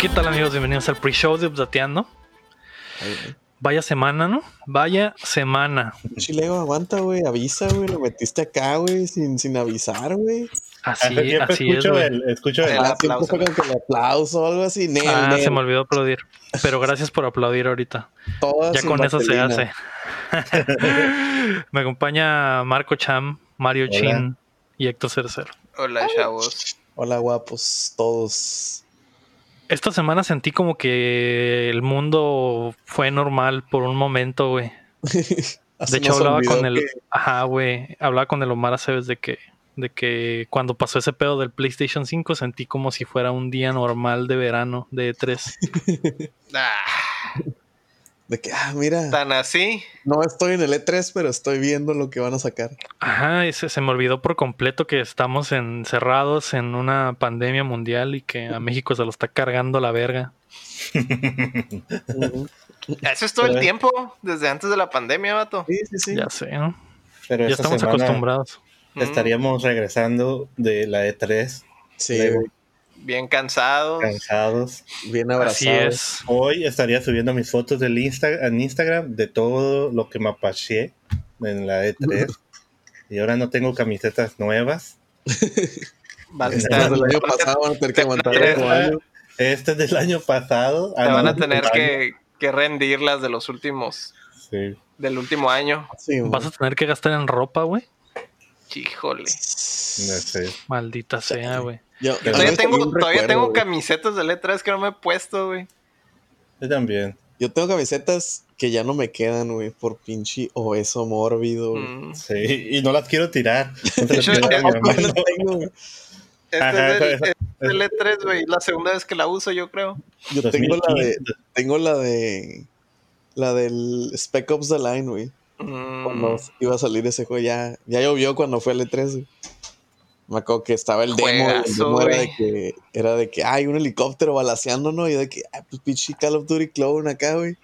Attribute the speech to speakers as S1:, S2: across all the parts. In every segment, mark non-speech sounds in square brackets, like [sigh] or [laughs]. S1: ¿Qué tal amigos? Bienvenidos al pre-show de Updateando. Vaya semana, ¿no? Vaya semana.
S2: Chilego, aguanta, güey. Avisa, güey. Lo metiste acá, güey, sin, sin avisar, güey.
S1: Así,
S3: Siempre
S1: así es.
S3: escucho
S1: güey.
S3: el, escucho el-
S2: El aplauso.
S4: aplauso,
S2: Fue como que el aplauso o algo así. Nel,
S1: Ah,
S2: nel,
S1: se me olvidó aplaudir. Pero gracias por aplaudir ahorita.
S2: todas
S1: Ya
S2: sin
S1: con eso se
S2: vaselina.
S1: hace. [laughs] me acompaña Marco Cham, Mario
S3: Hola.
S1: Chin y Héctor Cercero.
S4: Hola, chavos.
S2: Hola, guapos, todos.
S1: Esta semana sentí como que el mundo fue normal por un momento, güey. De hecho, hablaba con el. Ajá, güey. Hablaba con el Omar Aceves de que, de que cuando pasó ese pedo del PlayStation 5, sentí como si fuera un día normal de verano de E
S2: [laughs]
S1: E3.
S4: Ah,
S2: De que, ah, mira,
S4: tan así.
S2: no estoy en el E3, pero estoy viendo lo que van a sacar.
S1: Ajá, y se, se me olvidó por completo que estamos encerrados en una pandemia mundial y que a México se lo está cargando la verga.
S2: Ujú.
S4: Eso es todo el tiempo, desde antes de la pandemia, vato.
S2: Sí, sí, sí.
S1: Ya sé, ¿no?
S3: pero
S1: Ya
S3: esta
S1: estamos
S3: semana
S1: acostumbrados.
S4: Mm,
S3: Estaríamos regresando de la E E3
S2: Sí,
S3: luego,
S2: güey,
S4: Bien cansados.
S3: cansados.
S2: bien
S1: Así
S2: abrazado.
S1: es.
S3: Hoy estaría subiendo mis fotos del Insta en Instagram de todo lo que me apaché en la E3. y ahora no tengo camisetas nuevas.
S4: Vas a
S2: Estas
S4: estar-
S2: Este del año
S4: vas a-
S2: pasado van a tener que
S4: te-
S2: aguantar
S4: te-
S2: otro año.
S3: Este es del año pasado.
S4: Te van a tener que, que rendir las de los últimos,
S3: Sí.
S4: del último año.
S2: Sí,
S1: Vas a tener que gastar en ropa, güey.
S4: Híjole.
S3: No sé.
S1: Maldita sea, güey.
S2: Yo, a
S3: Yo
S2: mí
S4: Todavía
S2: me
S4: tengo,
S2: salió un
S4: todavía
S2: recuerdo,
S4: tengo
S2: güey.
S4: camisetas de letras que no me he puesto, güey.
S3: Yo también.
S2: Yo tengo camisetas que ya no me quedan, güey, por pinche obeso mórbido. güey.
S4: Mm.
S3: Sí. Y no las quiero
S4: [laughs]
S3: tirar. No se las
S4: Yo-
S2: [laughs]
S3: quiero dar a mi
S2: Tampoco
S3: hermano.
S2: las tengo, güey.
S4: Este
S3: Ajá,
S4: es el,
S3: esa-
S4: este es el E3, güey. La segunda vez que la uso, yo creo.
S2: Yo tengo la de.
S3: 2015.
S2: Tengo la de. La del Spec Ops The Line, güey.
S4: Mm.
S2: Cuando iba a salir ese juego, ya, ya llovió cuando fue el E3, güey. Me acuerdo que estaba el demo. el
S4: Juegazo,
S2: demo era de
S4: güey.
S2: que, era de que hay un helicóptero balaseando, ¿no? Y de que, ah, pues pinche Call of Duty Clone acá, güey.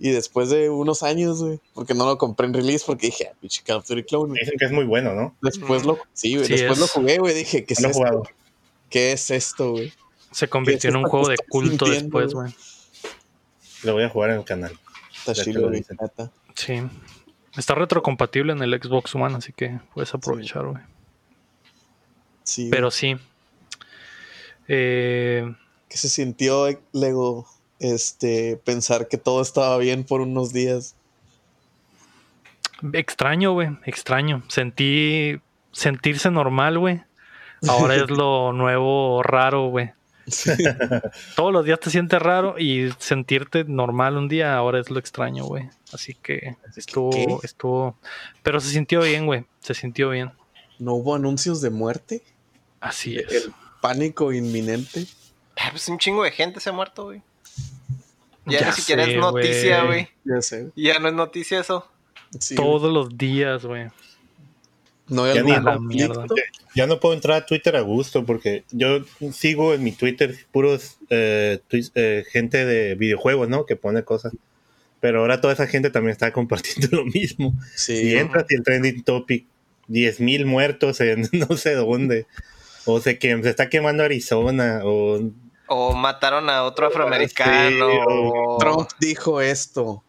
S2: Y después de unos años, güey, porque no lo compré en release, porque dije, ah, pinche Call of Duty Clone. güey".
S3: Dicen que es muy bueno, ¿no?
S2: Después lo, sí, güey,
S1: Sí
S2: después lo
S1: es.
S2: jugué, güey, dije, ¿qué es,
S3: No he
S2: esto?
S3: jugado.
S2: ¿Qué es esto, güey?
S1: Se convirtió en un
S2: esta
S1: juego
S2: que
S1: de
S2: estás
S1: culto
S2: sintiendo,
S1: después,
S2: güey?
S1: güey.
S3: Lo voy a jugar en el canal.
S2: Está
S3: Ya te
S2: chido,
S3: lo
S2: güey,
S3: dicen.
S2: neta.
S1: Sí. Está retrocompatible en el Xbox One, así que puedes aprovechar, güey.
S2: Sí,
S1: Pero sí. Eh,
S2: que se sintió Lego este pensar que todo estaba bien por unos días.
S1: extraño, güey. Extraño. Sentí sentirse normal, güey. Ahora es lo nuevo raro, güey. [laughs] Todos los días te sientes raro y sentirte normal un día ahora es lo extraño, güey. Así que estuvo,
S2: ¿qué?
S1: estuvo. Pero se sintió bien, güey. Se sintió bien.
S2: No hubo anuncios de muerte,
S1: Así
S2: El-
S1: es.
S2: pánico inminente.
S4: Ah, Pues un chingo de gente se ha muerto, güey. Ya,
S1: Ya
S4: ni siquiera
S1: sé,
S4: es noticia,
S1: güey.
S4: güey.
S2: Ya sé.
S4: Ya no es noticia eso.
S2: sí,
S1: Todos los días, güey.
S2: No hay
S3: Ya ni
S2: algún
S1: la
S2: conflicto.
S1: mierda.
S3: Ya no puedo entrar a Twitter a gusto porque yo sigo en mi Twitter puros eh, twi- eh, gente de videojuegos, ¿no? Que pone cosas. Pero ahora toda esa gente también está [laughs] compartiendo lo mismo.
S2: Sí,
S3: Y entras y el trending topic, 10.000 muertos en [laughs] no sé dónde. O se, que, se está quemando Arizona. O
S4: O mataron a otro afroamericano.
S3: Sí,
S4: o-
S2: Trump dijo esto.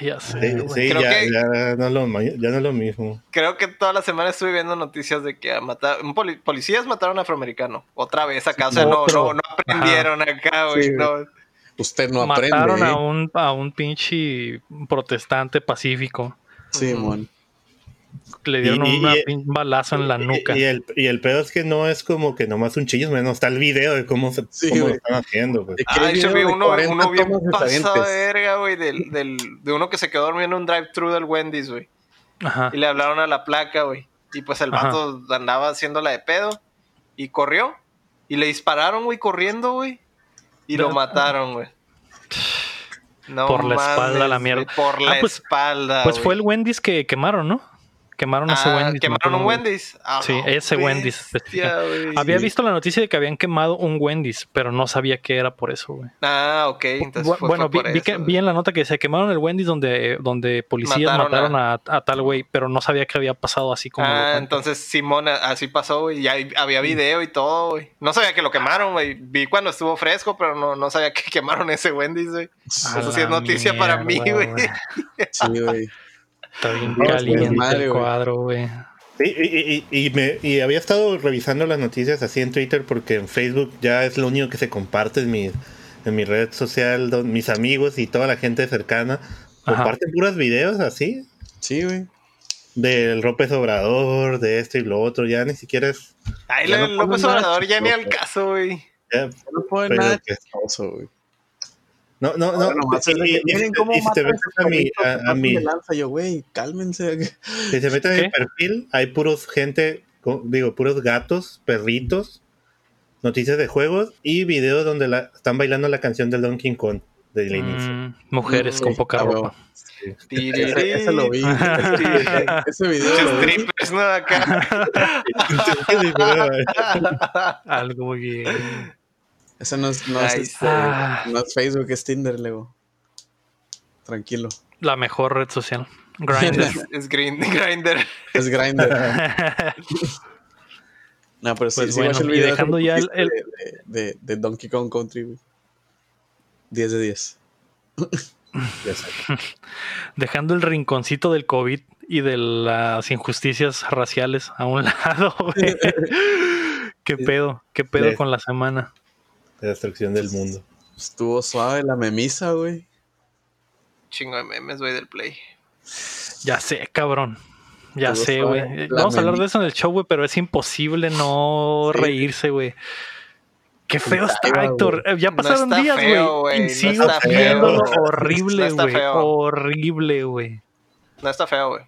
S1: Ya sé,
S3: sí,
S1: güey.
S3: eh, sí,
S4: Creo
S3: ya,
S4: que-
S3: ya no es lo, ma- ya no es lo mismo.
S4: Creo que toda la semana estuve viendo noticias de que a mata- un poli- policías mataron a afroamericano. Otra vez acá. O sea, no,
S1: Otro.
S4: no, no aprendieron acá, güey.
S2: Sí,
S4: no.
S2: Usted no aprende.
S1: Mataron
S2: ¿eh?
S1: a un, a un pinche protestante pacífico.
S2: Sí, mon.
S1: Le dieron
S3: Y- y-
S1: una
S3: y-
S1: pin- balazo en la nuca.
S3: Y, y el, y el pedo es que no es como que nomás un chisme, no está el video de cómo, se,
S2: Sí,
S3: cómo lo
S2: güey.
S3: están haciendo. pues.
S2: De que hay
S4: Ay, Ah, yo
S2: video
S4: vi
S2: de
S4: uno,
S2: 40
S4: uno bien
S2: tomas
S4: pasado eh. de
S2: diferentes.
S4: verga, güey, del, del, de uno que se quedó dormido en un drive-thru del Wendy's, güey.
S1: Ajá.
S4: [laughs] Y le hablaron a la placa, güey. Y pues el
S1: Ajá.
S4: vato andaba haciéndola de pedo. Y corrió. Y le dispararon, güey, corriendo, güey. Y lo
S1: Verga. [sighs]
S4: mataron, güey. No
S1: Por la espalda la
S4: mames,
S1: mierda.
S4: güey, Por
S1: Ah,
S4: la
S1: pues-
S4: espalda.
S1: Pues
S4: güey.
S1: fue el Wendy's que quemaron, ¿no? Quemaron ese
S4: Ah,
S1: Wendy's.
S4: Quemaron
S1: mataron
S4: un
S1: a
S4: Wendy's. Ah,
S1: Sí,
S4: la
S1: ese Wendy's.
S4: bestia, güey.
S1: Había visto la noticia de que habían quemado un Wendy's, pero no sabía que era por eso, güey.
S4: Ah, ok. Entonces
S1: Bu-
S4: fue-
S1: bueno,
S4: fue
S1: vi,
S4: por
S1: vi que-
S4: eso.
S1: vi en la nota que se quemaron el Wendy's donde, donde policías
S4: Mataron
S1: mataron, a, a tal güey, pero no sabía que había pasado así como. lo
S4: Ah,
S1: cuentan.
S4: entonces Simón a- así pasó, güey. Ya hay- había video y todo, güey. No sabía que lo quemaron, güey. Vi cuando estuvo fresco, pero no, no sabía que [laughs] quemaron ese Wendy's, güey.
S1: A
S4: eso sí es
S1: la
S4: noticia para mí, güey.
S2: Sí, güey.
S1: Está bien
S3: No, es
S1: caliente
S2: madre,
S1: el
S2: güey.
S1: cuadro, güey.
S3: Sí, y, y- y- y me, y había estado revisando las noticias así en Twitter porque en Facebook ya es lo único que se comparte en mi, en mi red social, don- mis amigos y toda la gente cercana
S1: Ajá.
S3: comparten puros videos así
S2: Sí, güey.
S3: del López Obrador, de esto y lo otro, ya ni siquiera es...
S4: Ahí
S2: Ya no
S4: lo- el López
S2: ponen nada
S4: Obrador ya ni al
S2: chistoso.
S4: caso, güey.
S3: ya-
S2: No puede
S3: Pero
S2: nada
S3: que-
S2: chistoso, güey.
S3: no, no, no.
S2: Ahora nomás
S3: y-
S2: es de que,
S3: y-
S2: Miren
S3: y
S2: cómo
S3: si te
S2: matan
S3: metes a mi-
S2: perritos,
S3: a- a
S2: pasan
S3: mi-
S2: de lanza. Yo, güey, cálmense.
S3: si te metes en mi
S1: ¿Qué?
S3: perfil, hay puros gente, co- digo, puros gatos, perritos, noticias de juegos y videos donde la, están bailando la canción del Donkey Kong del inicio. [laughs]
S1: Mm, mujeres con
S2: Sí,
S1: poca
S2: a huevo.
S1: ropa.
S2: Ese, [laughs] ese lo
S1: [laughs]
S2: vi. Ese video
S4: Muchos
S2: lo vi.
S4: strippers, ¿no? Acá.
S1: Algo bien.
S2: Ese no es, no es,
S4: Ay,
S2: este,
S1: ah.
S2: no es Facebook, es Tinder, Lego. Tranquilo.
S1: La mejor red social.
S4: [laughs]
S1: Grindr.
S4: es es Grind- Grindr.
S1: [laughs]
S2: Es Grindr. no, pero sí,
S1: Pues
S2: sí,
S1: bueno,
S2: guacha el
S1: y
S2: video
S1: dejando
S2: que
S1: ya el-
S2: pusiste
S1: el-
S2: De, de- de Donkey Kong Country, güey. 10 de 10.
S3: Ya sé.
S1: Dejando el rinconcito del COVID y de las injusticias raciales a un [laughs] lado, güey. ¿Qué pedo? ¿Qué pedo
S3: Sí.
S1: con la semana?
S3: La destrucción del mundo.
S2: Estuvo suave la memisa, güey.
S4: Chingo de memes, güey, del play.
S1: Ya sé, cabrón. Ya
S2: Todo
S1: sé,
S2: está
S1: güey.
S2: en
S1: Eh,
S2: la
S1: Vamos a hablar
S2: menita.
S1: de eso en el show, güey, pero es imposible no
S2: Sí.
S1: reírse, güey. Qué feo está,
S2: Estaba,
S1: Héctor. Eh, Ya
S4: No
S1: pasaron
S4: está
S1: días, güey.
S4: feo, güey.
S1: Y
S4: No
S1: sigo
S4: está feo.
S1: viéndolo
S4: No
S1: horrible,
S4: está
S1: güey.
S4: feo.
S1: horrible, güey.
S4: No está feo, güey.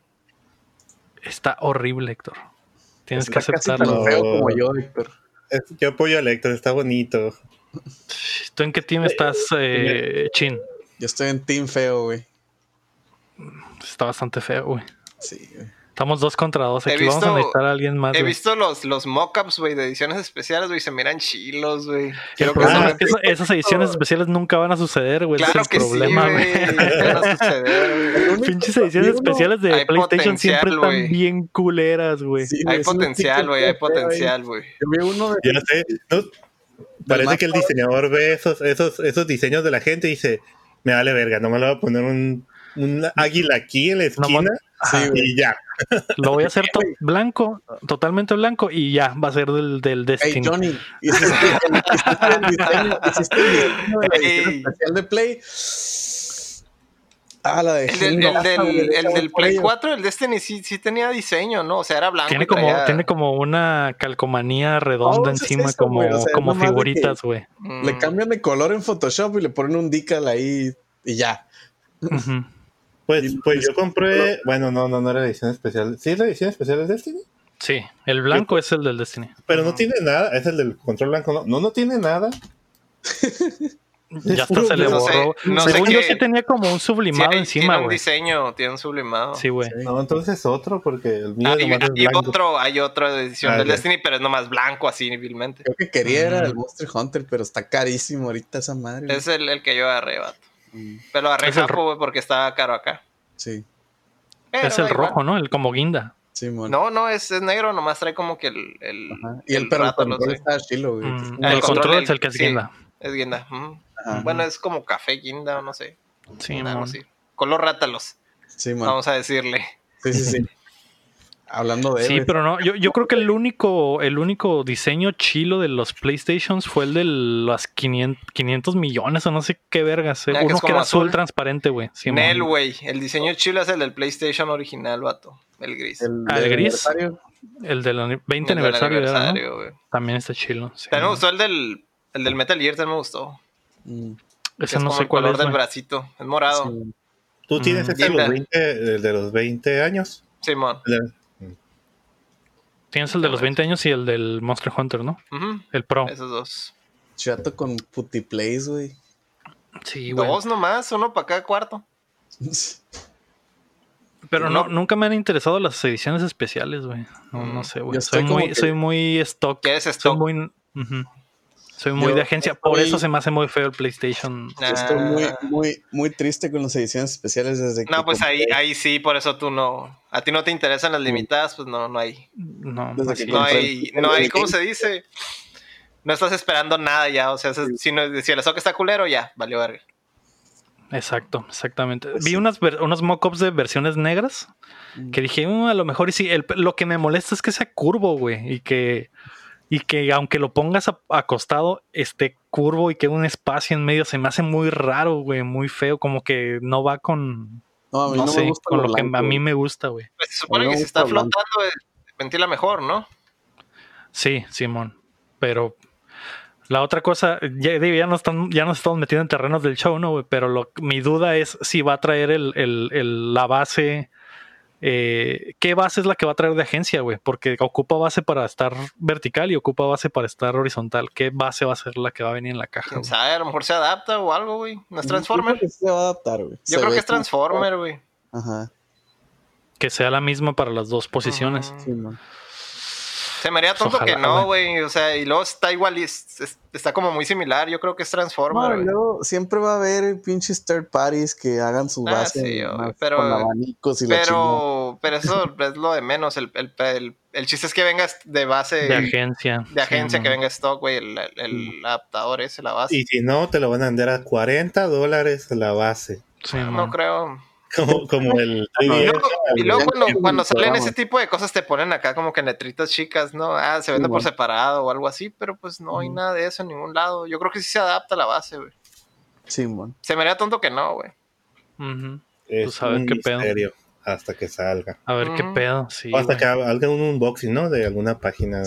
S1: Está horrible, Héctor. Tienes
S2: Está
S1: que
S2: casi
S1: aceptarlo.
S2: tan feo como yo, Héctor.
S3: Es- Yo apoyo a Lector, está bonito.
S1: ¿Tú en qué team estás, eh, Chin?
S2: Yo estoy en Team Feo, güey.
S1: Está bastante feo, güey.
S2: Sí, güey.
S1: Estamos dos contra dos.
S4: He
S1: Aquí vamos
S4: visto-
S1: a necesitar a alguien más.
S4: He
S1: güey.
S4: visto los, los mockups, güey, de ediciones especiales, güey. Se miran chilos, güey.
S1: El
S4: Quiero que
S1: problema
S4: se
S1: es que eso- esas ediciones especiales nunca van a suceder, güey. Ese
S4: Claro
S1: es
S4: que
S1: el problema,
S4: sí,
S1: güey.
S4: güey. Van a suceder, güey.
S1: Pinches ediciones especiales de
S4: Hay
S1: PlayStation siempre están
S4: potencial, güey.
S1: bien culeras, güey.
S2: Sí, güey,
S4: Hay
S2: es un
S4: potencial,
S2: TikTok
S4: güey. Hay
S2: feo ahí.
S4: potencial, güey.
S2: Yo vi uno de
S3: Yo no sé, ¿no? Parece que el diseñador ve esos, esos, esos diseños de la gente y dice, me vale verga, no me lo voy a poner un, un águila aquí en la esquina
S1: Ajá,
S2: Sí, güey.
S3: y ya.
S1: lo voy a hacer to- blanco, totalmente blanco, y ya va a ser del, del
S2: Hey
S1: Destiny.
S2: Johnny, ¿hiciste el, hiciste el
S4: [laughs]
S2: diseño, hiciste el diseño de la edición
S4: Ey.
S2: especial de Play? Ah, la
S4: El
S2: dejé en
S4: del, el
S2: casa, güey,
S4: del, el
S2: déjame
S4: del
S2: por
S4: Play
S2: ello.
S4: 4, el Destiny sí, sí tenía diseño, ¿no? O sea, era blanco.
S1: tiene
S4: y
S1: como,
S4: traía-
S1: tiene como una calcomanía redonda
S2: Oh, eso es
S1: encima,
S2: eso,
S1: como,
S2: güey, o sea,
S1: como
S2: nomás de que-
S1: figuritas, güey.
S4: Mm.
S2: Le cambian de color en Photoshop y le ponen un decal ahí y ya.
S1: Ujú.
S3: Pues, pues yo compré, bueno, no, no, no era edición especial. Sí, es la edición especial del Destiny,
S1: Sí, el blanco es el del Destiny.
S3: pero no tiene nada, es el del control blanco, no, no, no tiene nada.
S1: Ya hasta se le
S4: No
S1: borró.
S4: sé, no sé
S1: Según yo
S4: qué-
S1: sí tenía como un
S4: Tiene-
S1: sublimado
S4: tiene
S1: encima,
S4: un
S1: güey.
S4: diseño, tiene un sublimado.
S1: Sí, güey.
S3: No, entonces otro, porque el mío
S4: Hay,
S3: nomás es
S4: hay
S3: blanco.
S4: Ah, otro, hay otra edición
S3: Ah,
S4: del
S3: ya.
S4: Destiny, pero es nomás blanco, así, vilmente.
S2: Creo que quería era
S1: Mm.
S2: el Monster Hunter, pero está carísimo ahorita esa madre. güey.
S4: Es el, el que yo agarré, vato.
S2: Mm,
S4: Pero lo agarré
S1: Es el
S4: japo, güey, porque estaba caro acá.
S2: Sí,
S4: Pero
S1: es el
S4: da
S1: rojo,
S4: igual.
S1: ¿no? El como guinda.
S2: sí, mon.
S4: No, no, es, es negro, nomás trae como que el. el
S2: Ajá. Y el
S4: el
S2: perro
S4: rato, no
S2: control
S4: sé.
S2: está chilo, güey.
S1: Mm,
S4: Ah,
S1: el,
S4: el
S1: control,
S4: control,
S1: es el que es
S4: sí.
S1: guinda.
S4: Es guinda. ujú.
S2: Ajá.
S4: Bueno, es como café guinda, o no sé.
S1: Sí,
S4: algo
S1: mon.
S4: así. Color rátalos,
S2: Sí, mon.
S4: vamos a decirle.
S2: Sí, sí, sí. Hablando de él,
S1: Sí,
S2: güey.
S1: pero no, yo, yo creo que el único, el único diseño chilo de los PlayStations fue el de las 500, 500 millones o no sé qué vergas. eh.
S4: Ah, que
S1: Uno
S4: es
S1: que
S4: como
S1: era azul,
S4: azul.
S1: transparente, güey. Sí, mon.
S4: Nel, güey. El diseño chilo es el del PlayStation original, vato. El gris. El,
S1: Ah, el
S2: del
S1: gris.
S2: aniversario.
S1: El del ani- 20
S4: del
S1: aniversario, era, ¿no?
S4: aniversario, güey.
S1: También está chilo. sí.
S4: También me gustó el del, el del Metal Gear, también me gustó.
S2: Mm,
S4: Que
S1: Ese
S4: es
S1: no
S4: como
S1: sé
S4: el
S1: cuál
S4: color
S1: es.
S4: del
S1: güey.
S4: bracito. Es morado,
S2: sí.
S3: Tú tienes
S1: Mm.
S3: este de los,
S4: Guinda.
S3: 20, el de los 20 años.
S4: Simón.
S3: El de-
S1: Tienes el de los 20 años y el del Monster Hunter, ¿no?
S4: Ujú,
S1: El Pro.
S4: Esos dos.
S2: Chato con Putty Plays, güey. [laughs]
S1: Sí, güey.
S4: Dos nomás, uno para cada cuarto.
S1: Pero no, nunca me han interesado las ediciones especiales, güey. No, no sé, güey.
S2: Mm, Yo estoy
S1: Soy
S2: como
S1: muy,
S2: que-
S1: soy muy stock.
S4: ¿Quieres
S1: Soy
S4: stock?
S1: muy, ujú. soy muy
S2: Yo
S1: de agencia. Por
S2: estoy-
S1: eso se me hace muy feo el PlayStation.
S4: Nah.
S2: Estoy muy, muy, muy triste con las ediciones especiales desde que.
S4: No, pues ahí,
S2: compré-
S4: ahí sí, por eso tú no. A ti no te interesan las limitadas, pues no, no hay.
S1: No, pues
S2: Desde
S1: así-
S2: que
S4: No
S2: compré
S4: hay,
S2: el-
S4: no hay,
S2: el-
S4: ¿cómo se dice? No estás esperando nada ya. O sea, se- si, no, si el stock está culero, ya, valió verga.
S1: Exacto, exactamente.
S2: Pues
S1: Vi
S2: sí.
S1: unas ver- unos mock-ups de versiones negras
S2: Mm.
S1: que dije, "Mm, a lo mejor y sí. El- lo que me molesta es que sea curvo, güey, y que, y que aunque lo pongas a- acostado, esté curvo y quede un espacio en medio. Se me hace muy raro, güey, muy feo, como que no va con,
S2: No, a mí
S1: no,
S2: no,
S1: sé,
S2: me gusta
S1: con lo, que
S2: blanco,
S1: a mí
S2: güey.
S1: me gusta, güey.
S4: Pues se
S2: A
S4: supone
S2: mí me
S4: que si
S2: gusta
S4: está
S2: blanco.
S4: flotando, eh, ventila mejor, ¿no?
S1: Sí, Simón. Pero la otra cosa, ya, digo, ya nos, están, ya nos estamos metiendo en terrenos del show, ¿no? güey? Pero lo, mi duda es si va a traer el, el- el- la base. eh, ¿Qué base es la que va a traer de agencia, güey? Porque ocupa base para estar vertical y ocupa base para estar horizontal. ¿Qué base va a ser la que va a venir en la caja?
S4: Quién
S1: güey?
S4: sabe, a lo mejor se adapta o algo, güey. No es Transformer.
S2: Yo creo que sí se va a adaptar, güey.
S4: Yo
S2: Se
S4: creo
S2: ve
S4: que es
S2: como-
S4: Transformer, güey.
S2: Ajá.
S1: Que sea la misma para las dos posiciones.
S4: Ujú.
S2: Sí, man.
S4: Se me haría tonto
S1: Ojalá,
S4: que no, güey. O sea, y luego está igual y es- es- está como muy similar. Yo creo que es
S2: No,
S4: Transformer,
S2: y
S4: güey.
S2: luego siempre va a haber pinches third parties que hagan su
S4: Ah,
S2: base
S4: sí,
S2: más
S4: güey, pero-
S2: con abanicos y la chingada.
S4: pero, pero
S1: [laughs]
S4: eso es lo de menos. El, el- el- el chiste es que vengas de base,
S1: De
S4: de,
S1: agencia.
S4: agencia,
S1: Simón.
S4: que venga stock, güey. El, el- el adaptador ese, la base.
S3: Y si no, te lo van a vender a 40 dólares la base. [laughs]
S1: Simón.
S4: Ah, No creo.
S3: Como, como
S4: [laughs]
S3: el.
S4: Y
S3: 3DS,
S4: luego, y luego
S2: ya
S4: cuando,
S2: entiendo
S4: cuando
S2: el
S4: salen
S2: programa.
S4: ese tipo de cosas te ponen acá como que letritas chicas, ¿no? Ah, se vende por
S2: bueno.
S4: separado o algo así, pero pues no hay
S2: Ujú.
S4: nada de eso en ningún lado. Yo creo que sí se adapta a la base, güey.
S2: Sí, man.
S4: Se me haría tonto que no, güey.
S1: Ujú.
S3: es
S1: Pues a ver
S3: un
S1: qué pedo.
S3: misterio Hasta que salga.
S1: A ver qué
S4: Ujú.
S1: pedo. Sí,
S3: O hasta
S1: güey.
S3: que haga un unboxing, ¿no? De alguna página.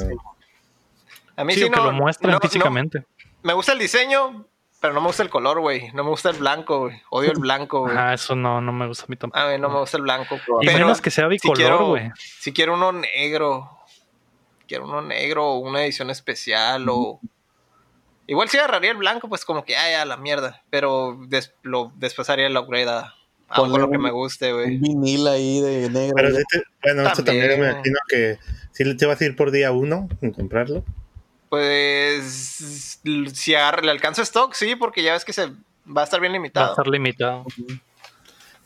S4: A mí
S1: Sí,
S4: sí,
S1: o que
S4: no-
S1: lo muestren
S4: no- no-
S1: físicamente.
S4: me gusta el diseño, pero no me gusta el color, güey. No me gusta el blanco, güey. Odio el blanco, güey.
S1: Ah, eso no, no me gusta a mí tampoco.
S4: A mí no me gusta el blanco.
S1: Y
S4: pero
S1: menos que sea bicolor,
S4: quiero-
S1: güey.
S4: Si quiero uno negro, quiero uno negro o una edición especial o... Igual si agarraría el blanco, pues como que, ay, a la mierda. Pero des- lo, después haría el upgrade a algo
S2: Ponle
S4: lo que
S2: un-
S4: me guste, güey.
S2: Un vinil ahí de negro.
S3: Pero
S2: güey.
S3: sí te- bueno, esto también
S4: También.
S3: me imagino que si te vas a ir por día uno en comprarlo.
S4: Pues l- si agarra- le alcanzo stock, sí, porque ya ves que se va a estar bien
S1: Va a
S4: limitado.
S1: estar limitado.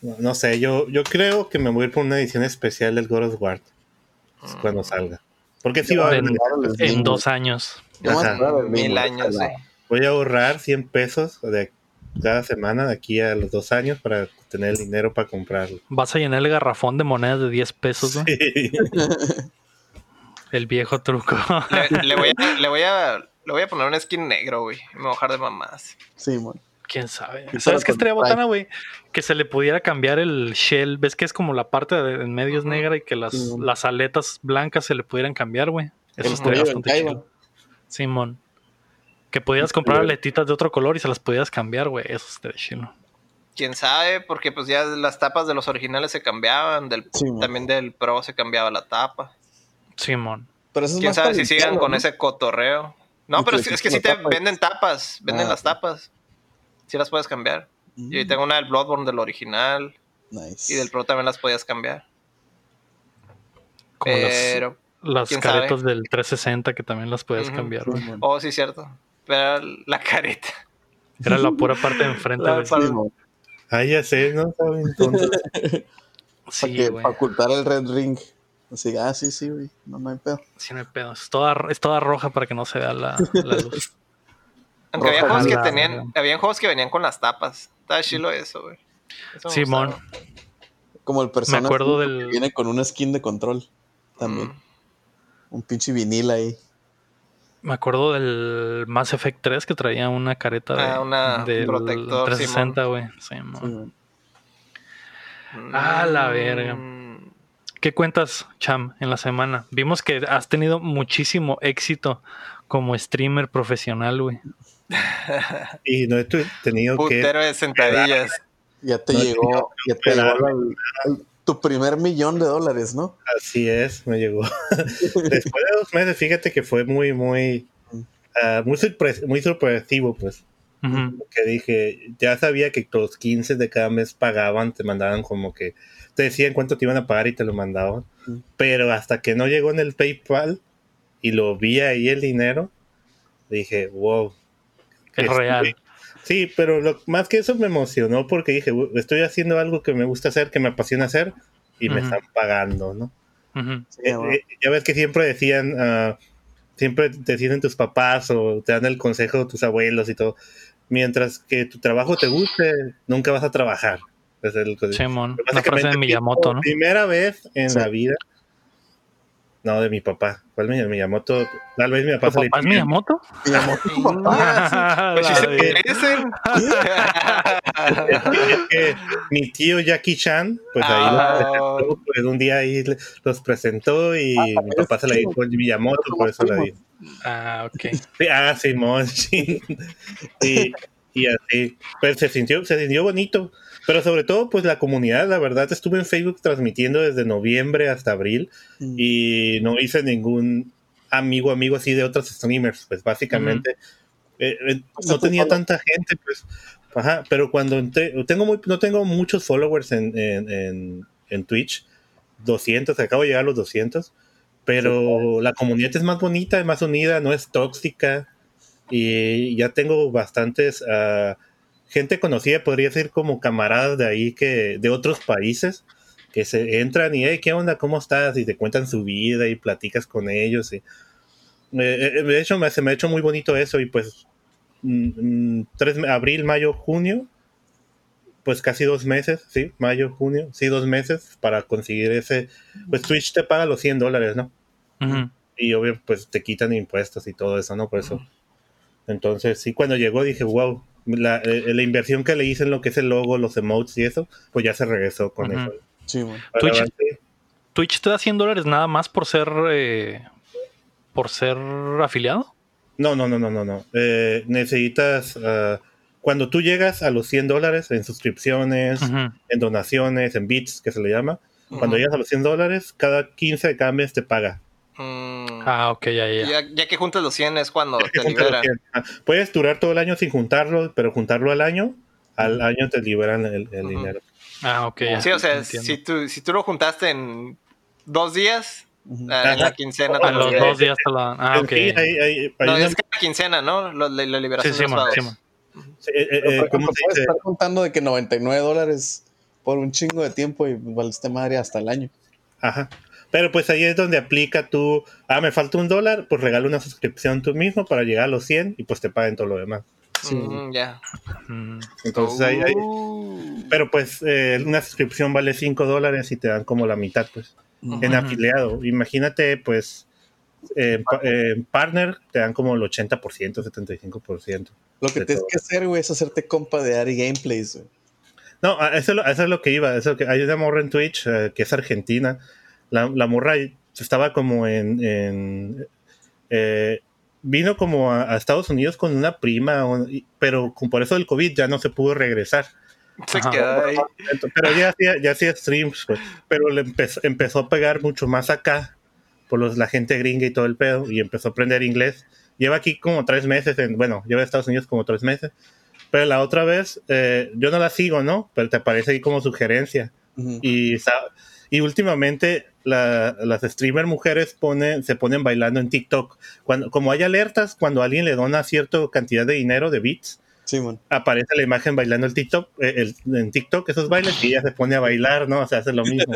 S3: No, no sé, yo, yo creo que me voy a ir por una edición especial del God of War
S4: Mm.
S3: cuando salga. Porque si va a haber
S1: En-
S3: una edición
S2: en
S3: especial.
S1: En dos años.
S2: Yo más
S3: Ajá.
S2: claro, el
S4: Mil
S2: vinil,
S4: años, sí.
S2: ojalá.
S3: Voy a ahorrar 100 pesos de cada semana de aquí a los dos años para tener el dinero para comprarlo. [laughs]
S1: Vas a llenar el garrafón de monedas de 10 pesos, güey. El viejo truco. [laughs]
S2: [laughs]
S4: Le, le voy a, le, voy a, le voy a poner un skin negro, güey. Me voy a bajar de mamás.
S2: Sí, man.
S1: ¿Quién sabe?
S2: Y
S1: ¿Sabes
S2: para
S1: qué estaría
S2: con-
S1: botana, güey? Que se le pudiera cambiar el shell. ¿Ves que es como la parte de en medio es
S4: Ujú.
S1: negra y que las,
S2: Sí, mon.
S1: las aletas blancas se le pudieran cambiar, güey? Eso
S4: El
S1: estaría
S2: cuello del
S1: bastante
S2: Kaiba.
S1: chido. Simón. Que pudieras comprar
S2: cuello.
S1: aletitas de otro color y se las pudieras cambiar, güey. Eso estaría chido.
S4: Quién sabe, porque pues ya las tapas de los originales se cambiaban. Del,
S2: Sí, man.
S4: también del Pro se cambiaba la tapa.
S1: Simón.
S2: Pero eso es
S4: Quién
S2: más
S4: sabe
S2: para
S4: si sigan
S2: limpiarlo,
S4: con
S2: ¿no? pues,
S4: ese cotorreo. No,
S2: Y
S4: pero
S2: que
S4: es,
S2: le
S4: es que
S2: quiten
S4: sí
S2: la
S4: te
S2: tapa.
S4: venden tapas. Venden
S2: Ah.
S4: las tapas. Sí las puedes cambiar.
S2: Mm,
S4: Yo ahí tengo una del Bloodborne del original.
S2: Nice.
S4: Y del Pro también las podías cambiar.
S1: Como las-
S4: Pero...
S1: las,
S4: quién sabe.
S1: caretas del 360 que también las puedes
S4: Ujú.
S1: cambiar,
S2: Sí,
S1: güey.
S2: man.
S4: Oh, sí, cierto. Pero la careta.
S1: Era la pura parte de enfrente,
S4: La
S1: güey.
S4: parte-
S2: Sí, man.
S3: Ah, ya sé, ¿no? Saben, entonces,
S2: Para
S1: Sí,
S2: que-
S1: güey.
S2: para ocultar el red ring. Así, ah, sí, sí, güey. No, no hay pedo.
S1: Sí, no hay pedo. Es toda, es toda roja para que no se vea la, la luz.
S4: [laughs] Aunque había
S2: Roja
S4: juegos que
S1: bala,
S4: tenían,
S1: güey.
S4: habían juegos que venían con las tapas. Estaba chilo eso, güey. Eso me
S1: Simón.
S4: gustaba.
S2: Como el personaje
S1: acuerdo
S2: que
S1: del-
S2: viene con un skin de control. También.
S4: Mm.
S2: Un pinche vinil ahí.
S1: Me acuerdo del Mass Effect 3 que traía una careta de,
S4: Ah, una- un
S1: del
S4: protector,
S1: 360, güey. Sí, mo.
S2: Sí, man.
S1: Ah, la verga.
S4: Mm.
S1: ¿Qué cuentas, Cham, en la semana? Vimos que has tenido muchísimo éxito como streamer profesional, güey.
S3: y no he tu- tenido
S4: Putero
S3: que.
S4: de sentadillas.
S2: Ya te
S3: No,
S2: llegó, ya te
S3: pero-
S2: llegó la- el- tu primer millón de dólares, ¿no?
S3: Así es, me llegó. [laughs] Después
S4: Mm.
S3: de dos meses, fíjate que fue muy, muy. ah, muy, sorpre- muy sorpresivo, pues.
S1: Ujú.
S3: que dije, ya sabía que los 15 de cada mes pagaban, te mandaban como que, te decían cuánto te iban a pagar y te lo mandaban.
S2: Mm.
S3: Pero hasta que no llegó en el PayPal y lo vi ahí el dinero, dije, wow.
S1: Es
S3: Estoy-
S1: real.
S3: Sí, pero lo, más que eso me emocionó porque dije, "Wow, estoy haciendo algo que me gusta hacer, que me apasiona hacer y me
S1: Ujú.
S3: están pagando, ¿no?
S1: Ujú.
S2: Sí,
S3: Eh,
S2: a huevo.
S3: eh, ya ves que siempre decían, ah, siempre te dicen tus papás o te dan el consejo de tus abuelos y todo. Mientras que tu trabajo te guste, nunca vas a trabajar. Es el-
S1: Simón.
S3: Pero
S1: La frase de
S3: básicamente,
S1: Miyamoto,
S3: por
S1: ¿no?
S3: Primera vez en
S2: Sí.
S3: la vida. No, de mi papá. ¿Cuál mi- Miyamoto? Tal vez mi papá
S1: ¿Tu
S3: se le
S1: papá es Miyamoto?
S2: Me llamó
S4: [laughs]
S2: tu
S1: [laughs]
S2: papá.
S4: Pues sí
S1: La
S4: se
S1: de- [laughs]
S4: parecen.
S3: [laughs]
S4: [laughs]
S3: Es que mi tío Jackie Chan, Eh, pues ahí los
S4: Ah.
S3: presentó, pues un día ahí le- los presentó y mi
S2: eres
S3: papá se la
S2: tío.
S3: dijo a Miyamoto,
S2: Somos
S3: por eso la
S2: primos.
S3: dijo.
S1: Ah, ok.
S3: Sí, ah, Simón, [laughs] sí. Y, y así. Pero se sintió, se sintió bonito. Pero sobre todo, pues la comunidad, la verdad, estuve en Facebook transmitiendo desde noviembre hasta abril
S2: Mm.
S3: y no hice ningún amigo, amigo así de otros streamers, pues básicamente. eh, eh, no
S2: Estás
S3: tenía
S2: solo.
S3: tanta gente, pues. Ajá, pero cuando entré, tengo muy, no tengo muchos followers en, en, en- en Twitch, 200, acabo de llegar a los 200, pero la comunidad es más bonita, es más unida, no es tóxica y ya tengo bastantes ah, gente conocida, podría ser como camaradas de ahí que de otros países que se entran y hey, ¿qué onda? ¿Cómo estás? Y te cuentan su vida y platicas con ellos. Y, Eh, eh, de hecho, me, se me ha hecho muy bonito eso y pues mm, mm, tres, me- abril, mayo, junio, pues casi dos meses, sí, mayo, junio, sí, dos meses para conseguir ese, pues Twitch te paga los 100 dólares, ¿no?
S1: Ujú.
S3: y obvio pues te quitan impuestos y todo eso, ¿no? Por eso. Entonces, sí, cuando llegó dije, wow, la, eh, la inversión que le hice en lo que es el logo, los emotes y eso, pues ya se regresó con
S1: Ujú.
S3: eso.
S2: Sí, man.
S3: Pero
S1: Twitch-
S3: ahora sí,
S1: Twitch te da 100 dólares nada más por ser. eh, por ser afiliado.
S3: No, no, no, no, no, no. Eh, necesitas, ah, cuando tú llegas a los 100 dólares en suscripciones,
S1: Ujú.
S3: en donaciones, en bits, que se le llama,
S4: Ujú.
S3: cuando llegas a los 100 dólares, cada 15 de cambios te paga.
S4: Mm,
S1: Ah, ok, ya, ya. ya.
S4: ya, ya que juntas los 100 es cuando te
S3: Junta los
S4: liberan.
S3: 100. Ah, Puedes durar todo el año sin juntarlo, pero juntarlo al año, al año te liberan el, el
S4: Ujú.
S3: dinero.
S1: Ah, ok, ya.
S4: Sí, o sea,
S1: Entiendo.
S4: si tú, si tú lo juntaste en dos días,
S2: Ujú.
S4: ah, en la
S3: Ajá.
S4: quincena te
S1: A
S4: lo
S1: los
S4: liberan.
S1: dos días te la dan. Ah, ok.
S3: Sí, hay- hay- hay
S4: No,
S3: una-
S4: es cada quincena, ¿no? Lo- la, la
S1: Sí,
S4: liberación de los
S1: Simón,
S4: pagos.
S1: Simón.
S3: eh, eh, eh,
S2: Pero, por
S3: ¿cómo
S2: ejemplo,
S3: se
S2: puedes
S3: dice?
S2: estar contando de que 99 dólares por un chingo de tiempo y valiste madre hasta el año.
S3: Ajá. Pero pues ahí es donde aplica tú, ah, me falta un dólar, pues regala una suscripción tú mismo para llegar a los 100 y pues te paguen todo lo demás.
S2: Sí,
S4: Mm, ya.
S1: Mm,
S3: Entonces ahí, ahí-
S4: Uh.
S3: pero pues eh, una suscripción vale 5 dólares y te dan como la mitad, pues, en
S1: Ujú.
S3: afiliado. Imagínate, pues, eh, pa- eh, partner te dan como el 80%, 75%.
S2: Lo que
S3: De
S2: tienes
S3: todo.
S2: que hacer, güey, es hacerte compa de Ari Gameplays, güey.
S3: No, a- eso, es lo- eso es lo que iba. Eso que, hay una morra en Twitch eh, que es argentina. La, la morra estaba como en. en, eh, vino como a, a Estados Unidos con una prima, o- y- pero con- por eso del COVID ya no se pudo regresar.
S4: Se
S1: Ajá.
S4: quedó ahí.
S3: Ento- pero ya hacía, ya hacía streams, pues, pero le empezó, empezó a pegar mucho más acá por los, la gente gringa y todo el pedo y empezó a aprender inglés. Lleva aquí como tres meses, en, bueno, lleva a Estados Unidos como tres meses, pero la otra vez, eh, yo no la sigo, ¿no? Pero te aparece ahí como sugerencia.
S2: Ujú.
S3: Y, sa- y últimamente la- las streamer mujeres ponen, se ponen bailando en TikTok. Cuando, como hay alertas, cuando alguien le dona cierta cantidad de dinero, de bits,
S2: Sí, man.
S3: aparece la imagen bailando el TikTok, eh, el- en TikTok esos bailes y ella se pone a bailar, ¿no? O sea, hace lo mismo.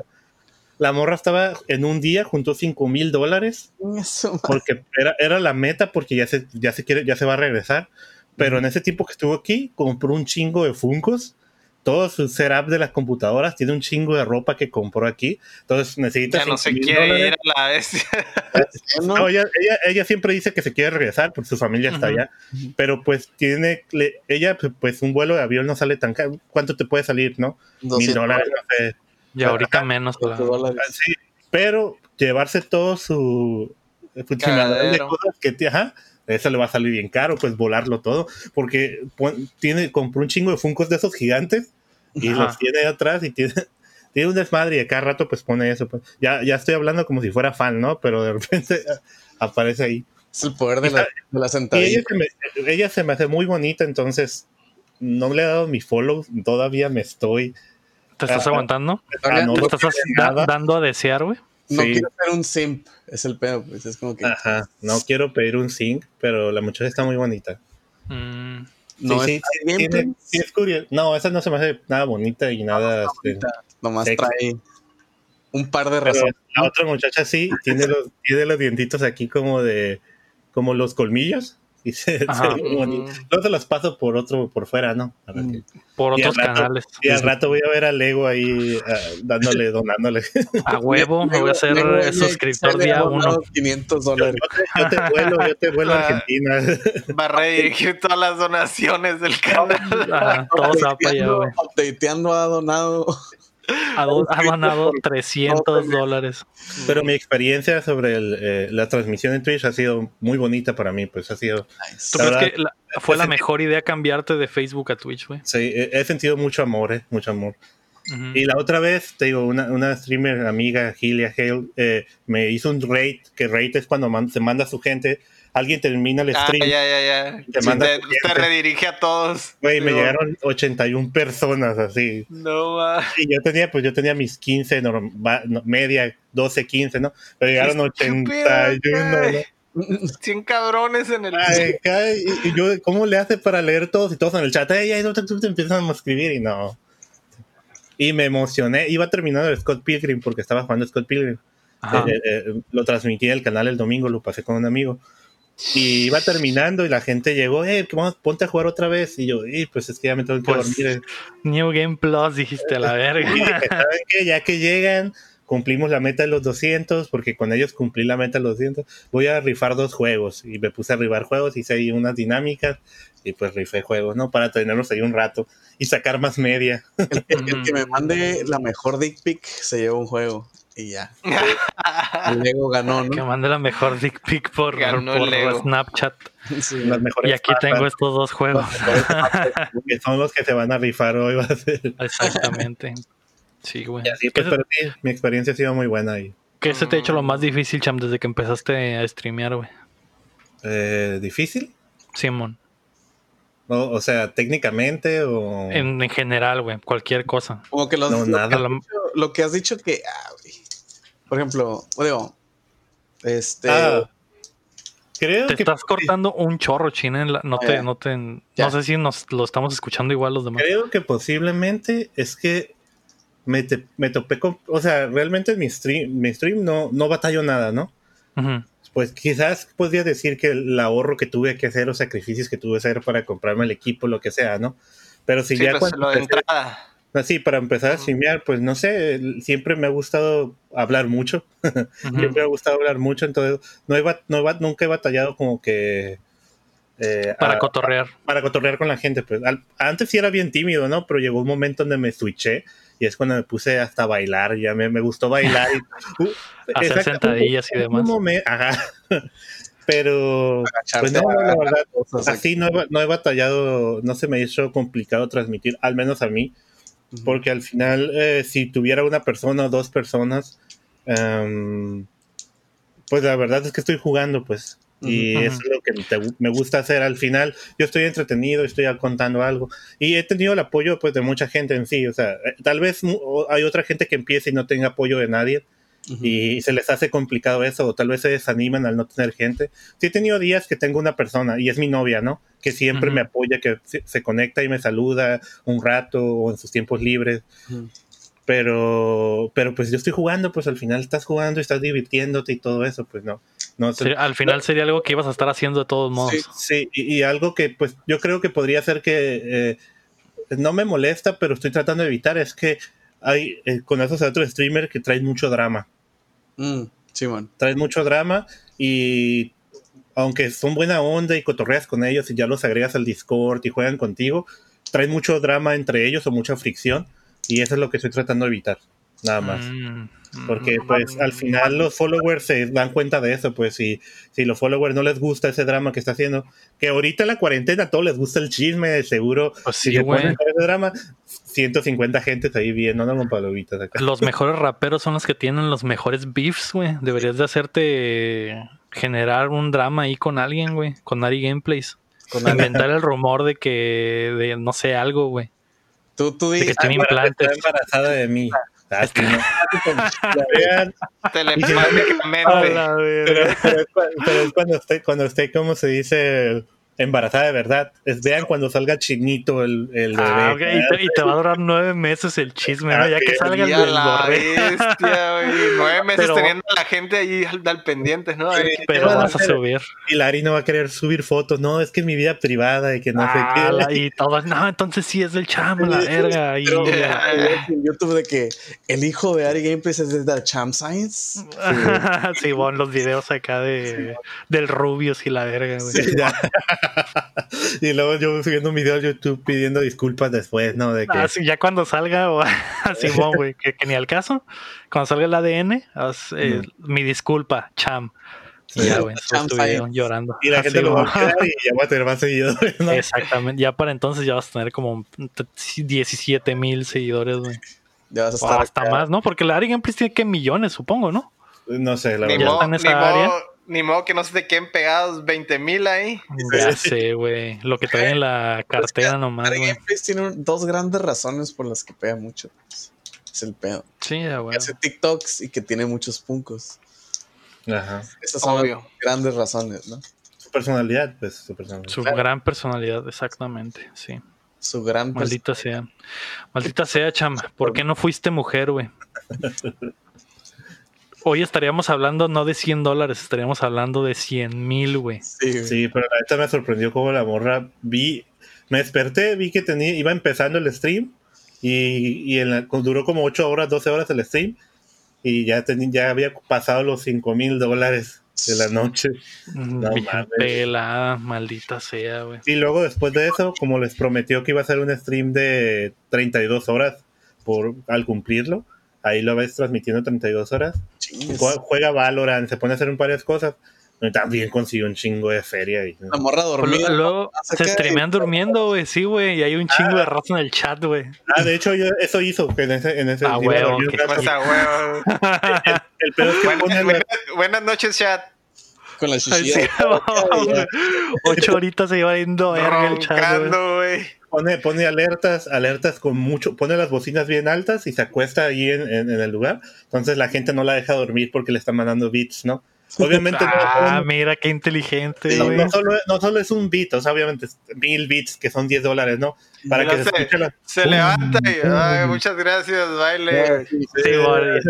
S3: La morra estaba en un día, juntó 5 mil dólares,
S2: Eso, man.
S3: porque era, era la meta, porque ya se, ya se quiere, ya se va a regresar. Pero en ese tiempo que estuvo aquí, compró un chingo de funcos, todo su setup de las computadoras, tiene un chingo de ropa que compró aquí. Entonces necesita
S4: Ya no
S3: 5,000
S4: se quiere ir
S3: dólares.
S4: a la bestia.
S2: Bueno,
S3: No, ella, ella, ella siempre dice que se quiere regresar porque su familia está
S1: Ujú.
S3: allá. Pero pues tiene, le- ella, pues un vuelo de avión no sale tan caro. ¿Cuánto te puede salir, no? Mil
S2: 200
S3: dólares, no sé.
S1: Y ahorita menos. la-
S2: dólares.
S3: Ah, Sí, pero llevarse todo su funcionalidad de
S4: Cagadero.
S3: cosas que te- ajá, eso le va a salir bien caro, pues volarlo todo, porque pon- tiene, compró un chingo de funcos de esos gigantes y
S1: Ajá.
S3: los tiene ahí atrás y tiene, [laughs] tiene un desmadre y a cada rato pues pone eso. pues. Ya, ya estoy hablando como si fuera fan, ¿no? Pero de repente ah, [laughs] aparece ahí.
S2: Es el poder de la, de la sentadilla.
S3: Y ella, se me, ella se me hace muy bonita, entonces no le he dado mi follow, todavía me estoy.
S1: ¿Te estás
S3: Ah,
S1: aguantando?
S3: Ah, no,
S1: ¿Te
S3: no
S1: estás
S3: quiere
S1: da-
S3: nada.
S1: dando a desear, güey?
S2: No
S3: Sí. Ah,
S2: quiero ser un simp, es el pedo, pues es como que
S3: Ajá, no quiero pedir un zinc, pero la muchacha está muy bonita.
S1: Mm,
S2: no
S3: sí,
S2: está
S3: sí,
S2: bien,
S3: tiene-
S2: pues.
S3: sí es curioso. No, esa no se me hace nada bonita y nada. este,
S2: nomás
S3: Sexy.
S2: trae un par de
S3: pero
S2: razones.
S3: la otra muchacha sí tiene los, tiene los dientitos aquí como de. como los colmillos. Y se,
S1: Ajá.
S3: se ve bonito. Luego se los paso por otro, por fuera, ¿no? Para que-
S1: por
S3: Y al
S1: otros
S3: rato-
S1: canales.
S3: Y al rato voy a ver a Lego ahí ah, dándole, donándole.
S1: A huevo, me voy a hacer
S2: Luego,
S1: eh,
S2: luego,
S1: suscriptor
S2: le
S1: día
S2: ha
S4: [laughs]
S2: donado
S1: uno.
S2: 500
S3: Yo,
S2: dólares.
S3: te, yo te vuelo, yo te vuelo
S4: Ah.
S3: a Argentina.
S4: [laughs] Va a
S3: [laughs]
S4: redirigir todas las donaciones del [laughs] canal.
S1: Ajá, todo se va para allá, güey.
S2: Updateando ha donado.
S1: Ha do- ha donado 300 dólares.
S3: Pero mi experiencia sobre el, eh, la transmisión en Twitch ha sido muy bonita para mí, pues ha sido,
S1: ¿Tú
S3: La
S1: crees
S3: verdad,
S1: que la- fue la
S3: ese-
S1: mejor idea cambiarte de Facebook a Twitch, güey?
S3: sí, he- he sentido mucho amor, eh, mucho amor.
S1: Ujú.
S3: Y la otra vez, te digo, una, una streamer amiga, Gilia Hale, eh, me hizo un raid, que raid es cuando man- se manda a su gente, alguien termina el
S4: Ah,
S3: stream,
S4: ya, ya, ya.
S3: Te
S4: Sí,
S3: manda
S4: te,
S3: clientes.
S4: te redirige a todos.
S3: güey, me
S4: Digo,
S3: llegaron 81 personas así,
S4: No, ma.
S3: Y yo tenía, pues yo tenía mis 15, norma- no, media, 12, 15, ¿no? Pero llegaron
S4: [laughs] Qué estúpido,
S3: 81, ¿no?
S4: güey. [laughs] 100 cabrones en el.
S3: Ay, caray, y, y yo, ¿cómo le hace para leer todos y todos en el chat? Ay, ay, no, te, te empiezan a escribir y no. Y me emocioné. Iba terminando el Scott Pilgrim porque estaba jugando Scott Pilgrim.
S1: Ajá.
S3: Eh, eh, eh, lo transmití en el canal el domingo, lo pasé con un amigo. Y iba terminando y la gente llegó, eh, que vamos, ponte a jugar otra vez. Y yo, "Eh, pues es que ya me tengo que
S1: Pues,
S3: dormir.
S1: New Game Plus, dijiste a la verga.
S3: [laughs] Y dije, ¿saben qué? Ya que llegan, cumplimos la meta de los 200, porque con ellos cumplí la meta de los 200. Voy a rifar dos juegos. Y me puse a rifar juegos, hice ahí unas dinámicas. Y pues rifé juegos, ¿no? Para tenerlos ahí un rato y sacar más media.
S2: El, el- el que me mande la mejor dick pic se lleva un juego. Y
S1: [laughs]
S2: ya. El Lego ganó,
S1: Que
S2: ¿no?
S1: mande la mejor dick pic por,
S4: Ganó
S1: por
S4: el Lego.
S1: Snapchat.
S2: Sí.
S3: Las mejores
S1: Y aquí
S3: papas,
S1: tengo estos dos
S3: [laughs]
S1: juegos.
S3: que son los que se van a rifar hoy. [laughs] Va a ser.
S1: Exactamente. Sí, güey.
S3: Y así,
S1: ¿Qué,
S3: pues,
S1: se-
S3: pero sí, mi experiencia ha sido muy buena ahí.
S1: qué se te ha hecho lo más difícil, Cham, desde que empezaste a streamear, güey?
S3: Eh, ¿Difícil?
S1: Simón.
S3: O, o sea, técnicamente o...
S1: En, en general, güey. Cualquier cosa.
S2: [laughs] Como que los,
S3: No,
S2: lo,
S3: nada.
S1: La-
S2: lo que has dicho que. ah, güey. Por ejemplo, digo, este.
S3: Ah, creo
S1: Te
S3: que... Eh,
S1: estás cortando un chorro, China. en la- No te,
S2: Ya.
S1: no te, no
S2: Ya.
S1: sé si nos lo estamos escuchando igual los demás.
S3: Creo que posiblemente es que me, te- me topé con. O sea, realmente en mi stream, mi stream no, no batallo nada, ¿no?
S1: Ujú.
S3: Pues quizás podría decir que el ahorro que tuve que hacer, los sacrificios que tuve que hacer para comprarme el equipo, lo que sea, ¿no? Pero si
S4: [laughs] Sí,
S3: ya
S4: pues,
S3: cuando
S4: lo de
S3: empecé- [laughs]
S4: entrada.
S3: así, para empezar a streamear, pues no sé, el- siempre me ha gustado hablar mucho.
S1: Ujú.
S3: Siempre me ha gustado hablar mucho, entonces no he bat- no he bat- nunca he batallado como que. eh,
S1: Para
S3: a-
S1: cotorrear.
S3: para cotorrear con la gente. Pues Al- antes sí era bien tímido, ¿no? Pero llegó un momento donde me switché y es cuando me puse hasta a bailar. Ya me, me gustó bailar.
S1: [laughs]
S3: y- uh,
S1: Hacer
S3: exacto,
S1: sentadillas y
S3: hubo
S1: demás.
S3: un momen- ajá. Pero pues no,
S2: agacharte
S3: la
S2: a-
S3: verdad,
S2: cosas aquí.
S3: así no he, ba- no he batallado, no se me ha hecho complicado transmitir, al menos a mí, porque al final, eh, si tuviera una persona o dos personas, em, pues la verdad es que estoy jugando, pues. Y
S1: Ujú.
S3: eso es lo que te- me gusta hacer al final. Yo estoy entretenido, estoy contando algo. Y he tenido el apoyo pues, de mucha gente en sí. O sea, eh, tal vez mu- o- hay otra gente que empieza y no tenga apoyo de nadie
S2: Ujú.
S3: y se les hace complicado eso, o tal vez se desaniman al no tener gente. Sí he tenido días que tengo una persona, y es mi novia, ¿no? Que siempre
S1: Ujú.
S3: me apoya, que se- se conecta y me saluda un rato o en sus tiempos libres.
S2: Ujú.
S3: Pero, pero pues yo estoy jugando, pues al final estás jugando, y estás divirtiéndote y todo eso, pues no. no se-
S1: Sí, al final sería algo que ibas a estar haciendo de todos modos.
S2: Sí.
S3: Sí, y, y algo que pues yo creo que podría ser que eh, no me molesta, pero estoy tratando de evitar es que hay eh, con esos otros streamers que traen mucho drama
S2: Mm, Simón.
S3: traes mucho drama y aunque son buena onda y cotorreas con ellos y ya los agregas al Discord y juegan contigo, traes mucho drama entre ellos o mucha fricción y eso es lo que estoy tratando de evitar, nada más.
S1: Mm, mm.
S3: Porque pues al final los followers se dan cuenta de eso, pues si, si los followers no les gusta ese drama que está haciendo, que ahorita en la cuarentena a todos les gusta el chisme, de seguro,
S1: Pues
S3: si
S1: sí,
S3: le
S1: güey.
S3: ponen todo ese drama, 150 gentes ahí viendo, no, con palomitas acá.
S1: Los mejores raperos son los que tienen los mejores beefs, güey. Deberías de hacerte generar un drama ahí con alguien, güey, con Ari Gameplays. Con inventar el rumor de que, de no sé, algo, güey.
S2: Tú, tú
S1: De que
S2: dices,
S1: tiene
S4: ah,
S1: implantes.
S3: Está embarazada de mí. Ah, sí, no. La vean,
S1: A
S4: Telepáticamente.
S1: la
S3: pero,
S1: verga.
S3: pero es cua- pero es cuando esté, cuando esté, como se dice, embarazada de verdad. Es, vean cuando salga chinito el, el bebé.
S1: Ah, ok, y te, y te va a durar nueve meses el chisme, ¿no? Ya que salga el
S4: Ah, Y a
S1: del
S4: la
S1: borré.
S4: bestia, güey. Nueve meses
S1: Pero-
S4: teniendo a la gente ahí al, al pendiente, ¿no? A ver qué-
S1: Pero vas a subir.
S3: Y Larry no va a querer subir fotos. No, es que mi vida privada y que no
S1: Ah,
S3: sé qué.
S1: la- y todas, no, entonces sí es del chamo, la verga. Y,
S2: Pero-
S4: Ya.
S2: [laughs] en YouTube de que el hijo de Ari Gameplays es de The Champ Science.
S1: [laughs] sí, bueno, los videos acá de del Rubius y la verga, güey.
S3: [laughs] Sí, ya. y luego yo subiendo un video a YouTube pidiendo disculpas después, ¿no? De que
S1: Ah, sí, ya cuando salga, [laughs] o- a Simón, güey, que, que ni al caso, cuando salga el ADN, haz, eh, mi disculpa, cham. Y ya, güey, subes
S2: Cham
S1: tu
S2: Science.
S1: video llorando. [laughs]
S3: y la
S1: Ah,
S3: gente
S1: sí,
S3: lo va
S1: güey.
S3: a quedar y ya va a tener más seguidores, ¿no?
S1: Exactamente, ya para entonces ya vas a tener como 17 mil seguidores, güey.
S2: Ya vas a
S1: O
S2: estar.
S1: hasta
S2: acá.
S1: más, ¿no? Porque la Ari Gameplays tiene que millones, supongo, ¿no?
S3: No sé, la
S4: Ni
S1: Ya
S3: verdad.
S4: modo,
S1: está en
S4: ni,
S1: esa área.
S4: modo, ni modo que no se te queden pegados 20 mil ahí.
S1: Ya sé, Pues, güey. Lo que trae en la cartera nomás,
S2: Ari
S1: güey.
S2: Gameplays tiene un- dos grandes razones por las que pega mucho. pues. Es el pedo.
S1: Sí, ya,
S2: Que
S1: güey.
S2: hace TikToks y que tiene muchos puncos.
S3: Ajá.
S2: Esas son
S4: Obvio.
S2: las grandes razones, ¿no?
S3: Su personalidad, pues su personalidad.
S1: Su gran personalidad, exactamente, sí.
S2: Su gran pers-
S1: Maldita sea. Maldita sea, chama. ¿Por qué no fuiste mujer, güey? Hoy estaríamos hablando no de 100 dólares, estaríamos hablando de 100 mil, güey.
S2: Sí, güey.
S3: Sí, pero la neta me sorprendió cómo la morra vi. Me desperté, vi que tenía, iba empezando el stream y, y en la- duró como 8 horas, 12 horas el stream y ya, tenía ya había pasado los 5 mil dólares de la noche.
S1: Mm, bien
S3: mames.
S1: pelada, maldita sea, güey.
S3: Y luego después de eso, como les prometió que iba a ser un stream de 32 horas por al cumplirlo, ahí lo ves transmitiendo 32 horas.
S2: Chingues.
S3: Jue- Juega Valorant, se pone a hacer un varias cosas. y También consiguió un chingo de feria. Y,
S2: La morra dormida.
S1: Luego se
S2: Saca-
S1: streamean durmiendo, güey, sí, güey. Y hay un chingo de raza en el chat, güey.
S3: Ah, de hecho, yo- eso hizo. que En ese, en ese
S1: Ah,
S3: iba a
S1: huevo,
S3: dormir
S1: que-
S3: un rato.
S4: Pues a
S3: [laughs]
S4: huevo.
S3: El pedo es que
S4: Buenas,
S3: ponen
S4: buenas-
S3: la-
S4: buenas noches, chat.
S2: Con la
S1: Ay,
S2: chichilla.
S1: sí, güey. [laughs] Ocho horitas se iba yendo verga el chat, güey.
S4: Roncando, güey.
S3: pone, pone alertas, alertas con mucho, pone las bocinas bien altas y se acuesta ahí en, en- en el lugar. Entonces la gente no la deja dormir porque le están mandando beats,
S1: [laughs]
S3: ¿no? Obviamente no-
S1: Ah,
S3: no,
S1: mira, qué inteligente,
S3: no-
S1: güey.
S3: no solo, no solo es un beat, o sea, obviamente es mil beats que son 10 dólares, ¿no? Para
S4: Ya
S3: que se
S4: sé.
S3: escuche la-
S4: Se levanta y ay, muchas gracias, baile.
S1: Sí, güey, y se
S3: [laughs]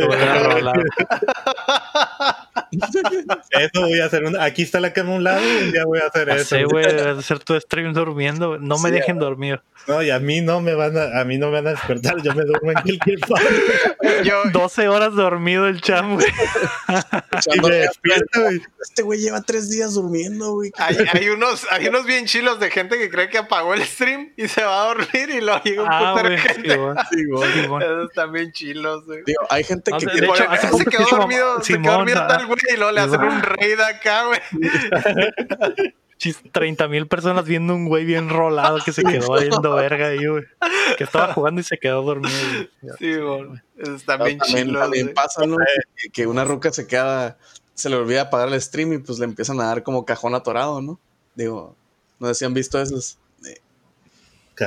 S1: vuelve a rolar.
S3: Eso voy a hacer. un- aquí está la cama a un lado y un día voy a hacer
S1: Ya
S3: eso. ah.
S1: sé, güey, debes de hacer tu stream durmiendo. güey. No me
S2: Sí,
S1: dejen dormir.
S3: No, y a mí no me van a, a mí no me van a despertar. Yo me duermo en cualquier [laughs] parte.
S2: Eh.
S1: [laughs]
S4: Yo,
S1: 12 horas dormido el cham, güey.
S3: Y
S2: [laughs] Echando
S3: me
S2: gas.
S3: despierto y-
S2: Este güey lleva tres días durmiendo, güey.
S4: hay, hay unos, hay unos bien chilos de gente que cree que apagó el stream y se va a dormir y luego llega un
S1: Ah,
S4: putero de
S1: güey.
S4: gente.
S1: Simón, Simón.
S3: [laughs]
S4: Esos están bien chilos, güey.
S2: Digo, hay gente
S1: No,
S2: que
S1: de-
S2: quiere
S1: de hecho,
S4: Por
S1: hace
S4: acá se
S1: poco
S4: quedó
S1: escuché como-
S4: dormido, se quedó
S1: Simón,
S4: dormido
S1: ah.
S4: tal güey y luego le hacen
S1: Simón.
S4: un raid acá, güey.
S1: Chis, 30 mil personas viendo un güey bien rolado que se quedó viendo verga ahí, güey. Que
S3: [laughs]
S1: estaba jugando y se quedó dormido. güey.
S4: Sí, güey. Esos están bien
S2: también,
S4: chilos.
S2: también
S4: güey.
S2: pasa, ¿no? Que- Que una ruca se queda, se le olvida apagar el stream y pues le empiezan a dar como cajón atorado, ¿no? Digo, no sé si han visto esos. Eh,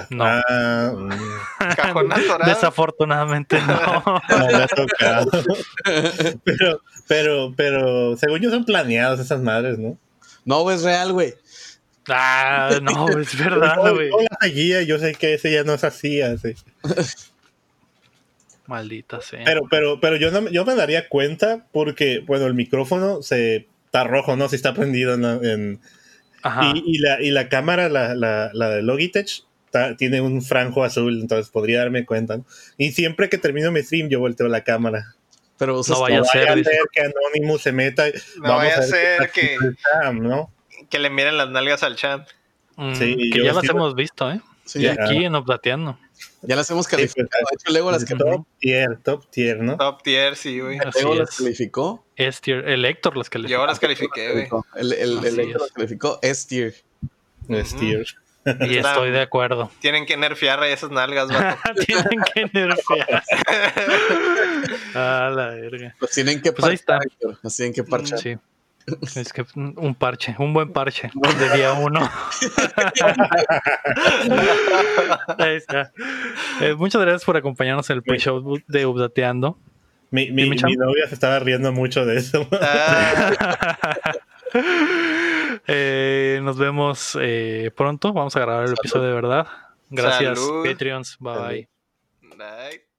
S1: No.
S3: Ah, mm.
S4: Cajón natural.
S1: Desafortunadamente no.
S3: [laughs] No me ha tocado. [laughs] pero, pero, pero, según yo son planeados esas madres, ¿no?
S2: No, güey, es real, güey.
S1: Ah, no, es verdad,
S3: yo,
S1: güey.
S3: yo las seguía, yo sé que ese ya no es así, así.
S1: Maldita sea.
S3: Pero, pero, pero yo no, yo me daría cuenta porque, bueno, el micrófono se está rojo, ¿no? Si está prendido en, la- en-
S1: Ajá.
S3: y, y la, y la cámara, la, la, la de Logitech, ta- tiene un franjo azul, entonces podría darme cuenta, ¿no? Y siempre que termino mi stream, yo volteo la cámara.
S2: Pero usas
S1: No
S3: No
S1: vaya
S3: vaya
S1: a ser,
S3: a
S1: dice.
S3: ser que Anonymous se meta. y-
S4: No vaya
S3: ver
S4: a
S3: qué
S4: ser
S3: pasa
S4: que-
S3: con el Sam, ¿no?
S4: Que le miren las nalgas al champ.
S1: Mm,
S3: sí,
S1: que
S3: yo
S1: ya las
S3: sí-
S1: hemos visto, ¿eh?
S2: Sí,
S3: Ya.
S2: ya,
S1: Aquí en Obdateando.
S2: ya las hemos
S3: pues,
S2: calificado. De hecho, Lego las, que,
S3: Top tier, top tier, ¿no?
S4: Top tier, sí, güey.
S1: Así
S2: Lego las
S1: es.
S2: calificó.
S1: Es tier- el Héctor los que le
S4: Yo las califiqué, güey.
S2: El, el, el
S1: Así
S2: Lego
S1: es.
S2: las calificó S tier.
S3: Es tier.
S1: Y estoy de acuerdo.
S4: Tienen que nerfear a esas nalgas,
S1: [laughs]
S4: vato.
S1: Tienen que nerfear. A la verga.
S2: Los tienen que
S1: Pues ahí está.
S2: Héctor. Los tienen que parchar.
S1: Sí. Es que un parche, un buen parche de día uno. [laughs] Ahí está. Eh, muchas gracias por acompañarnos en el pre-show de Updateando.
S3: Mi, mi,
S1: Dime, Cham.
S3: mi novia se estaba riendo mucho de
S4: [laughs]
S3: eso.
S1: Eh, nos vemos eh, pronto. Vamos a grabar el episodio de verdad. Gracias,
S4: Salud.
S1: Patreons. Bye.
S2: Salud.
S1: bye.
S4: Night.